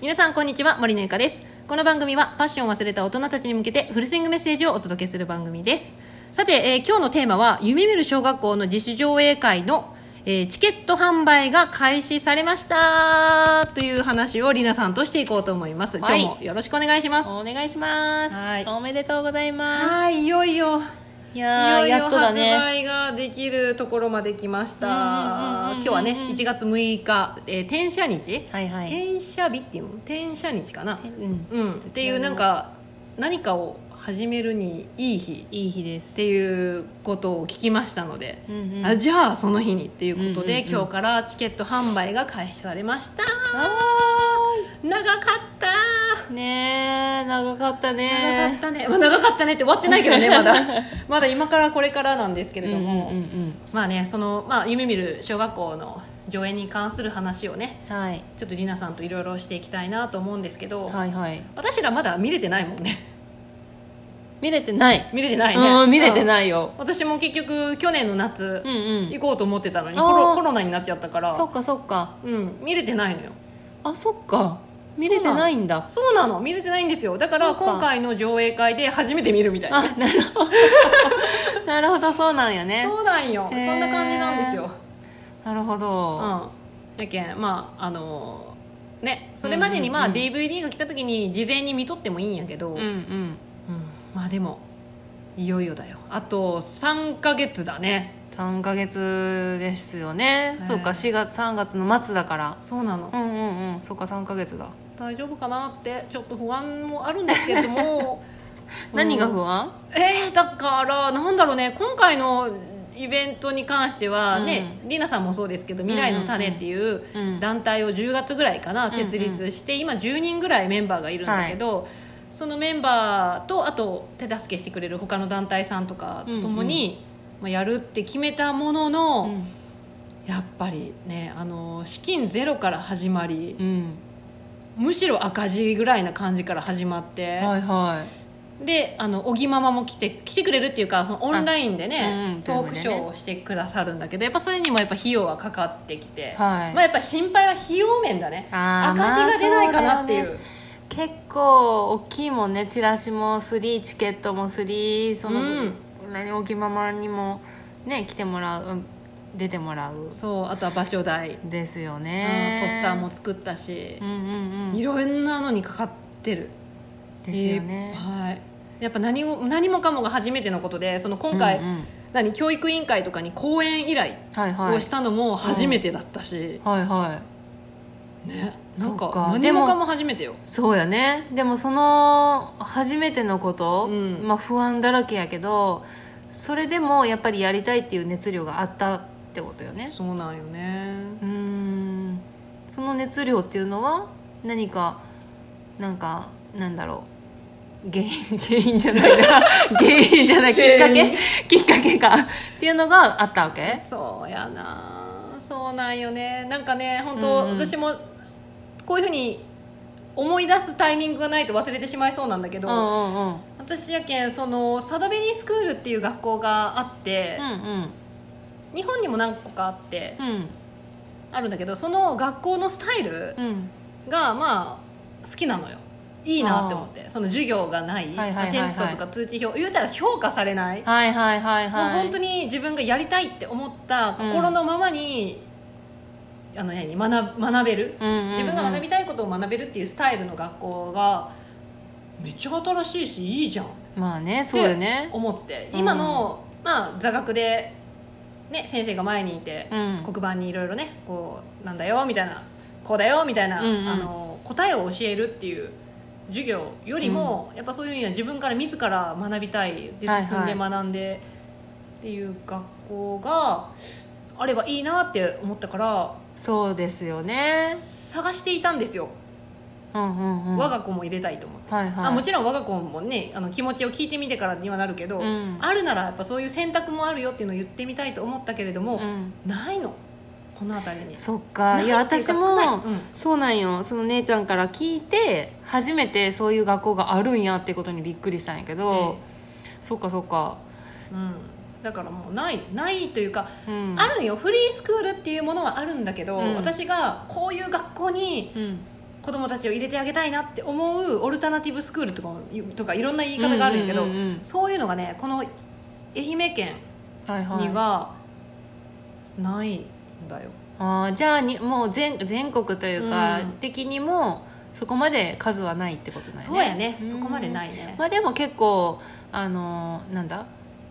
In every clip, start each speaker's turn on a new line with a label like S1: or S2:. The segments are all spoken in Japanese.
S1: 皆さんこんにちは森のゆかですこの番組はパッションを忘れた大人たちに向けてフルスイングメッセージをお届けする番組ですさて、えー今日のテーマは夢見る小学校の自主上映会の、えーチケット販売が開始されましたという話をりなさんとしていこうと思います、
S2: はい
S1: 今日もよろしくお願いします
S2: お願いします。
S1: はい
S2: おめでとうございます。
S1: はいいよいよ
S2: い
S1: い
S2: やー
S1: よい
S2: や
S1: よ
S2: っとだ
S1: 発
S2: ね。
S1: 売ができるところまで来ました
S2: うんうんうんうんうん
S1: 今日はね1月6日、えー、転写日、
S2: はいはい。
S1: 転写日っていうの転写日かな
S2: うん、
S1: うんっていうなんか何かを始めるにいい日
S2: いい日で
S1: っ
S2: す。
S1: ていうことを聞きましたので、
S2: うんうん
S1: あじゃあその日にっていうことで、
S2: うんうんうん
S1: 今日からチケット販売が開始されました長かった
S2: ねえ、長かっ
S1: 長か
S2: た
S1: っ
S2: ね。
S1: たね、まあ、長かったねって終わってないけ どねまだまだ今からこれからなんですけれども、
S2: うんうん
S1: まあねその、まあ、夢見る小学校の上演に関する話をね
S2: うんはい。
S1: ちょっとりなさんといろいろしていきたいなと思うんですけど、
S2: はいはい。
S1: 私らまだ見れてないもんね
S2: 見れてない。
S1: 見れてないね
S2: うん、見れて
S1: い、
S2: ないよ。
S1: 私も結局去年の夏、
S2: うんうん。
S1: 行こうと思ってたのに
S2: あー
S1: コロコロナになっちゃったから
S2: そっかそっか。
S1: うん、見れてないのよ
S2: あ、そっか。見れてないんだ。
S1: そうなの見れてないんですよだから
S2: そうか
S1: 今回の上映会で初めて見るみたいな
S2: あ、なるほど。なるほど、そうなんよね。
S1: そうなんよそ
S2: へー
S1: んな感じなんですよ
S2: なるほ
S1: う
S2: ど。
S1: んだけんまああのーねそれまでにまあ
S2: うんうんう
S1: DVD が来た時に事前に見とってもいいんやけど、
S2: うん
S1: うん
S2: うん。
S1: まあでもいよいよだよあと3ヶ月だね
S2: 3ヶ月ですよね、
S1: ね
S2: そうか4月3月の末だから
S1: そうなの
S2: うんうんうんそうか3ヶ月だ、
S1: 大丈夫かなってちょっと不安もあるんですけど も
S2: 何が
S1: うん
S2: 不安
S1: えー、だからなんだろうね今回のイベントに関してはね、りなさんもそうですけど未来の種っていう
S2: うん
S1: 団体を10月ぐらいかな
S2: うんうん
S1: 設立して、今10人ぐらいメンバーがいるんだけど、そのメンバーとあと手助けしてくれる他の団体さんとかと共に、まあ、やるって決めたものの、
S2: うん
S1: やっぱりねあの資金ゼロから始まり
S2: う、ん
S1: むしろ赤字ぐらいな感じから始まって。
S2: はいは
S1: であの小木ママも来て来てくれるっていうかオンラインで
S2: うん
S1: ね
S2: うん
S1: トークショーをしてくださるんだけどやっぱそれにもやっぱ費用はかかってきて、
S2: はい
S1: まあ、やっぱ心配は費用面だね
S2: あ
S1: 赤
S2: ー
S1: 字が出ないかなっていう,、
S2: まあそうい結構大きいもんねチラシも3チケットも3その、
S1: うん
S2: 何大きいままにもね来てもらううん出てもらう
S1: そうあとは場所代、うん
S2: ですよね
S1: ポスターも作ったし
S2: うん、うんうん
S1: いろんなのにかかってる
S2: ですよね
S1: いっぱいやっぱ何も何もかもが初めてのことでその今回、
S2: うんうん
S1: 何教育委員会とかに講演依頼
S2: はいはい
S1: をしたのも初めてだったし、
S2: はいはい
S1: ねなん
S2: そ
S1: か
S2: っか
S1: 何もかも初めてよ
S2: そうやねでもその初めてのこと、
S1: うん
S2: まあ、不安だらけやけどそれでもやっぱりやりたいっていう熱量があったってことよね
S1: そうなんよね
S2: うーんその熱量っていうのは何かなんかなんだろう原因 原因じゃない な原因じゃないきっか
S1: 原
S2: け
S1: 因
S2: きっかけかっていうのがあったわけ
S1: そうやなそうなんよねなんかね本当、
S2: うんうん
S1: 私もこういうふうに思い出すタイミングがないと忘れてしまいそうなんだけ
S2: う
S1: ど、
S2: んうんうん
S1: 私やけんそのサドベリースクールっていう学校があって
S2: う、んうん
S1: 日本にも何個かあって、
S2: うん
S1: あるんだけどその学校のスタイル
S2: うん
S1: がまあ好きなのよいいなって思ってその授業がない、
S2: はいはいはいはい
S1: まあテストとか通知表言うたら評価されない
S2: はいはいはい
S1: もう
S2: はい
S1: 本当に自分がやりたいって思った心のままに、あの何学学べる、
S2: うんうんうん
S1: 自分が学びたいことを学べるっていうスタイルの学校がめっちゃ新しいしいいじゃんっ
S2: まあねそうよ
S1: て
S2: ね
S1: 思って、
S2: うん
S1: 今の、まあ、座学で、ね、先生が前にいて、
S2: うん
S1: 黒板にいろいろねこうなんだよみたいなこうだよみたいな、
S2: うんうん
S1: あの答えを教えるっていう授業よりも、やっぱそういうには自分から自ら学びたいで
S2: はい
S1: 進んで学んで、っていう学校があればいいなって思ったから
S2: そうですよね
S1: 探していたんですよ、
S2: うんうんうん
S1: 我が子も入れたいと思って。
S2: はいはい
S1: あもちろん我が子もねあの気持ちを聞いてみてからにはなるけど、
S2: うん
S1: あるならやっぱそういう選択もあるよっていうのを言ってみたいと思ったけれども、
S2: うん
S1: ないのこの辺りに
S2: そっかいや
S1: ないっていう
S2: 私
S1: か少ない
S2: も
S1: うん
S2: そうなんよその姉ちゃんから聞いて初めてそういう学校があるんやってことにびっくりしたんやけど、そっかそっか
S1: うん、だからもうないないというか、
S2: うん
S1: あるんよフリースクールっていうものはあるんだけど、
S2: うん
S1: 私がこういう学校に
S2: うん
S1: 子供たちを入れてあげたいなって思うオルタナティブスクールとかもとかいろんな言い方があるんやけど、
S2: うんうんうんうん
S1: そういうのがねこの愛媛県
S2: はいはい
S1: にはないんだよ、
S2: あーじゃあにもう全全国というか、
S1: うん
S2: 的にもそこまで数はないってことなんね
S1: そうやね、そこまで
S2: い
S1: ないね、
S2: まあでも結構あのーなんだ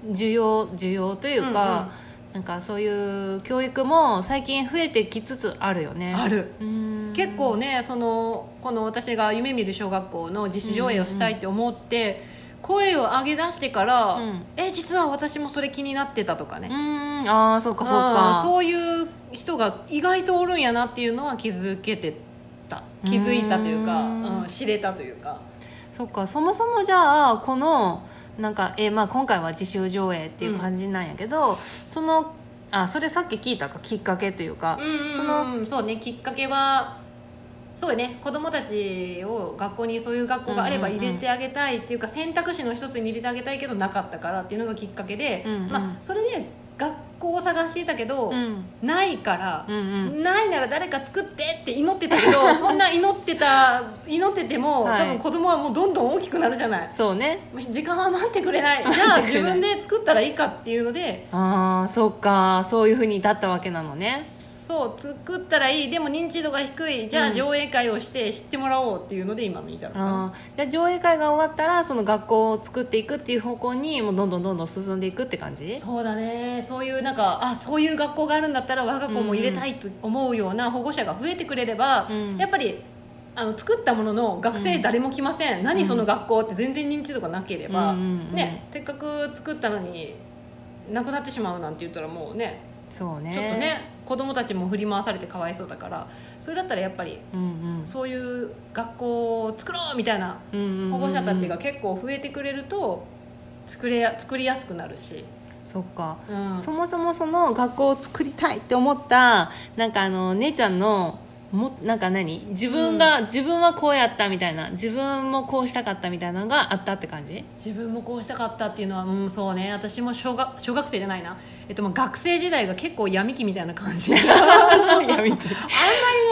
S2: 需要需要というか、なんかそういう教育も最近増えてきつつあるよね
S1: ある
S2: うん
S1: 結構ねそのこの私が夢見る小学校の自主上映をしたいって思って、声を上げ出してから、
S2: うん
S1: え実は私もそれ気になってたとか
S2: う
S1: ね、
S2: んああそうかそう
S1: あー
S2: か
S1: そういう人が意外とおるんやなっていうのは気づけてた気づいたというか、
S2: うん
S1: うん知れたというか
S2: そっかそもそもじゃあこのなんか、えーまあ、今回は自習上映っていう感じなんやけど、そのあそれさっき聞いたかきっかけというか、
S1: そ
S2: その
S1: のそうねきっかけはそうね子供たちを学校にそういう学校があれば
S2: うんう
S1: 入
S2: んうん
S1: れてあげたいっていうか、選択肢の一つに入れてあげたいけどなかったからっていうのがきっかけで、
S2: うんうん
S1: まあ、それで学校を探してたけど、
S2: うん
S1: ないから
S2: う、んうん
S1: ないなら誰か作ってって祈ってたけ どそんな祈ってた祈ってても、
S2: はい
S1: 多分子供はもうどんどん大きくなるじゃない
S2: そうね
S1: 時間は待ってくれないじゃあ自分で作ったらいいかっていうので
S2: ああそっかそういうふうに至ったわけなのね
S1: そう作ったらいいでも認知度が低いじゃあ上映会をして知ってもらおうっていうので今のに至るかな
S2: あーじゃあ上映会が終わったらその学校を作っていくっていう方向にもうどんどんどんどん進んでいくって感じ
S1: そうだねそういうなんかあそういう学校があるんだったら我が子も入れたいと思うような保護者が増えてくれれば、
S2: うん
S1: やっぱりあの作ったものの学生誰も来ません、何その学校って全然認知度がなければ、
S2: うんうんうん
S1: ねせっかく作ったのになくなってしまうなんて言ったらもうね
S2: そうね
S1: ちょっとね、子供たちも振り回されてかわいそうだからそれだったらやっぱり
S2: うんうん
S1: そういう学校を作ろうみたいな
S2: うんうんうんうん
S1: 保護者たちが結構増えてくれると作れや作りやすくなるし、
S2: そっか
S1: うん
S2: そもそもその学校を作りたいって思ったなんかあの姉ちゃんのもなんか何自分が、自分はこうやったみたいな自分もこうしたかったみたいなのがあったって 感じ
S1: 自分もこうしたかったっていうのは、うん、そうね私も小学小学生じゃないな、えっと、もう学生時代が結構闇期みたいな感 じあんま
S2: 闇期
S1: り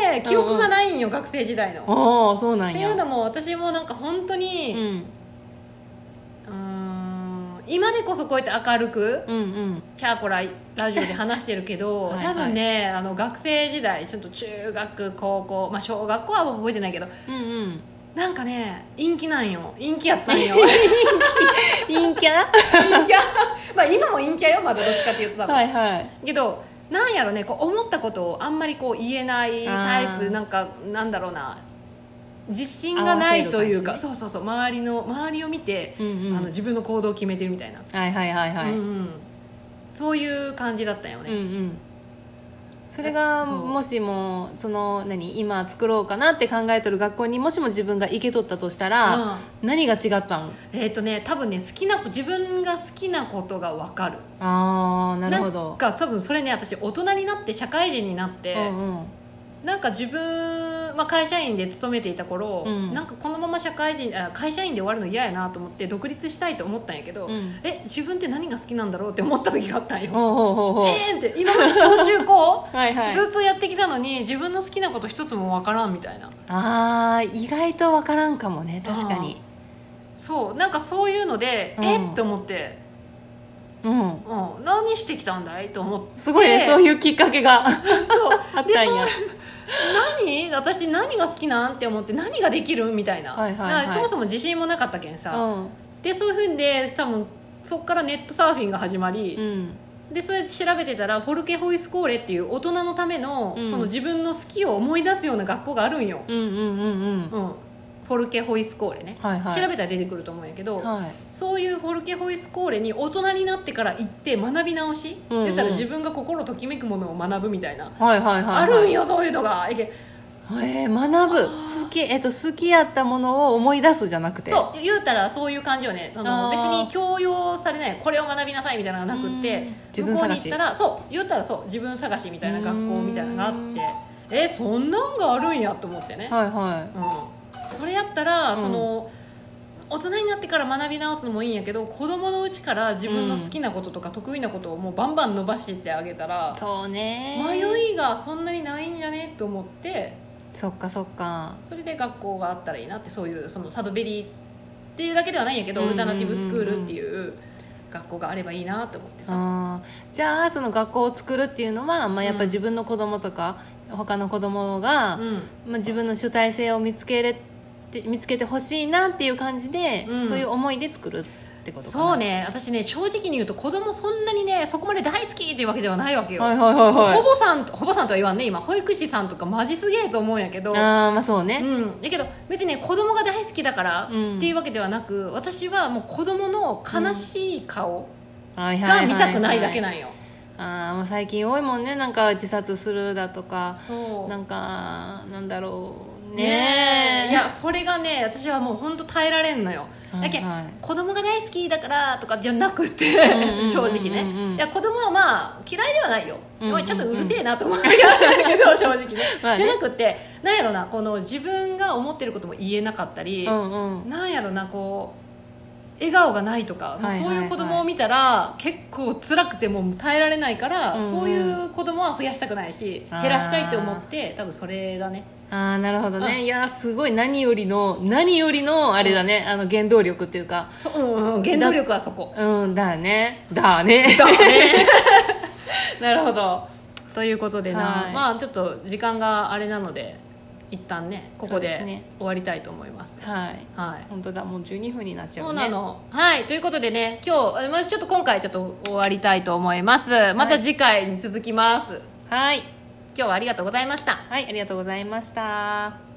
S1: ね記憶がないんよ、学生時代の。
S2: おおそうなん
S1: っ
S2: や
S1: ていうのも私もなんか本当
S2: う
S1: に、
S2: ん、
S1: うーん今でこそこうやって明るく
S2: うんうん
S1: チャーコララジオで話してるけど
S2: はいはい
S1: 多分ねあの学生時代ちょっと中学高校、まあ、小学校は覚えてないけど
S2: うんうん
S1: なんかね陰気なんよ陰気やったんよ
S2: 陰キャ
S1: 陰気や まあ今も陰気やよまだどっちかって言うと多分、
S2: はいはい
S1: けどなんやろねこう思ったことをあんまりこう言えないタイ
S2: あー
S1: プなんかなんだろうな自信がないというか、
S2: 合わせ
S1: そうそうそう周りの周りを見て、
S2: うんうん
S1: あの自分の行動を決めてるみたいな、
S2: はいはいはいはい、
S1: う
S2: うんん
S1: うんそういう感じだったよ
S2: うん
S1: ね、
S2: それが
S1: そう
S2: もしもその何今作ろうかなって考えとる学校にもしも自分が行けとったとしたら、
S1: うん
S2: 何が違ったん
S1: えっ、とね多分ね好きな自分が好きなことが分かる
S2: ああなるほ
S1: ん
S2: ど
S1: か多分それね私大人になって社会人になって、
S2: うんうん
S1: なんか自分、まあ、会社員で勤めていた頃、
S2: うん
S1: なんかこのまま社会人あ会社員で終わるの嫌やなと思って独立したいと思ったんやけど、
S2: うん
S1: え自分って何が好きなんだろうって思った時があったん よ、
S2: ほうほうほうほう
S1: えーって今まで小中高
S2: はいはい
S1: ずっとやってきたのに自分の好きなこと一つもわからんみたいな
S2: あー意外と分からんかもね確かに
S1: そうなんかそういうので、
S2: うん
S1: えっって思って、
S2: う
S1: う
S2: ん
S1: ん、何してきたんだいと思って
S2: すごいねそういうきっかけが
S1: そう
S2: あったんや
S1: 何私何が好きなんって思って何ができるみたいな、
S2: はいはいはい
S1: なそもそも自信もなかったけんさ、
S2: うん
S1: でそういうふうで多分そこからネットサーフィンが始ま
S2: う
S1: り、
S2: ん
S1: でそれ調べてたらフォルケ・ホイスコーレっていう大人のための,、
S2: うん
S1: その自分の好きを思い出すような学校があるんよ、
S2: うんうんうんうん
S1: うん、フォルケ・ホイスコーレね、
S2: はいはい
S1: 調べたら出てくると思うんやけど、
S2: はい
S1: そういうフォルケ・ホイスコーレに大人になってから行って学び直し、
S2: うんうん
S1: 言ったら自分が心ときめくものを学ぶみたいな、
S2: はいはいはいはい
S1: あるんよそういうのがえけ
S2: えー、学ぶ好き,、えっと好きやったものを思い出すじゃなくて
S1: そう言うたらそういう感じよねその
S2: あ
S1: 別
S2: ー
S1: に強要されないこれを学びなさいみたいなのがなくって
S2: うん自
S1: 向
S2: 分
S1: こう
S2: 探
S1: に
S2: し
S1: 行ったらそう言ったらそう自分探しみたいな学校みたいなのがあ
S2: うん
S1: ってえそんなんがあるんやと思ってね、
S2: はいは
S1: うん、それやったら、
S2: うん
S1: その大人になってから学び直すのもいいんやけど子供のうちから自分の好きなこととか得意なことをもうバンバン伸ばしていってあげたら
S2: い、そうね
S1: 迷いがそんなにないんじゃねと思って
S2: そっかそっか
S1: それで学校があったらいいなってそういうそのサドベリーっていうだけではないんやけど、
S2: うんうんうんうん
S1: オルタナティブスクールっていう学校があればいいなと思ってさ、
S2: あーじゃあその学校を作るっていうのは、まあ、やっぱ自分の子供とか、他の子供が、
S1: うん
S2: まあ、自分の主体性を見つけれて見つけてほしいなっていう感じで、
S1: うん
S2: そういう思いで作るってことかな
S1: そうね私ね正直に言うと子供そんなにねそこまで大好きっていうわけではないわけよ、
S2: はいはいはいはい
S1: ほぼさんほぼさんとは言わんね今保育士さんとかマジすげえと思うんやけど
S2: ああまあそう
S1: う
S2: ね、
S1: ん、だけど別にね子供が大好きだから
S2: うん
S1: っていうわけではなく、私はもう子供の悲しい顔
S2: はいはいはい
S1: が
S2: はい
S1: 見たくないだけなんよ、
S2: あーもう最近多いもんねなんか自殺するだとか
S1: そう
S2: なんかなんだろう
S1: ね
S2: ね
S1: えいやそれがね私はもう本当耐えられんのよ
S2: はいは
S1: だ
S2: い
S1: け、子供が大好きだからとかじゃなくて、
S2: んうんうんうん
S1: 正直ねいや子供はまあ嫌いではないよ、
S2: うんうんうん
S1: まあちょっとうるせえなと思うだけなんだ けど正直ね
S2: まあね
S1: じゃなくてなんやろなこの自分が思ってることも言えなかったり、
S2: うんうん
S1: なんやろなこう笑顔がないとか、
S2: はいはいはい
S1: そういう子供を見たら結構辛くてもう耐えられないから、
S2: うんうん
S1: そういう子供は増やしたくないし
S2: あー
S1: 減らしたいって思って多分それだね
S2: ああなるほどね、いやーすごい何よりの何よりのあれだね、あの原動力っていうか
S1: そう原動力はそこ
S2: うんだねだね
S1: なるほど ということでな、
S2: はい
S1: まあちょっと時間があれなので一旦ねここ
S2: そうで
S1: です
S2: ね
S1: 終わりたいと思います
S2: はい
S1: はい
S2: 本当だもう12分になっちゃうね
S1: そうなの、はいということでね今日あまあちょっと今回ちょっと終わりたいと思いますまた次回に続きます、
S2: はい
S1: 今日はありがとうございました
S2: はいありがとうございました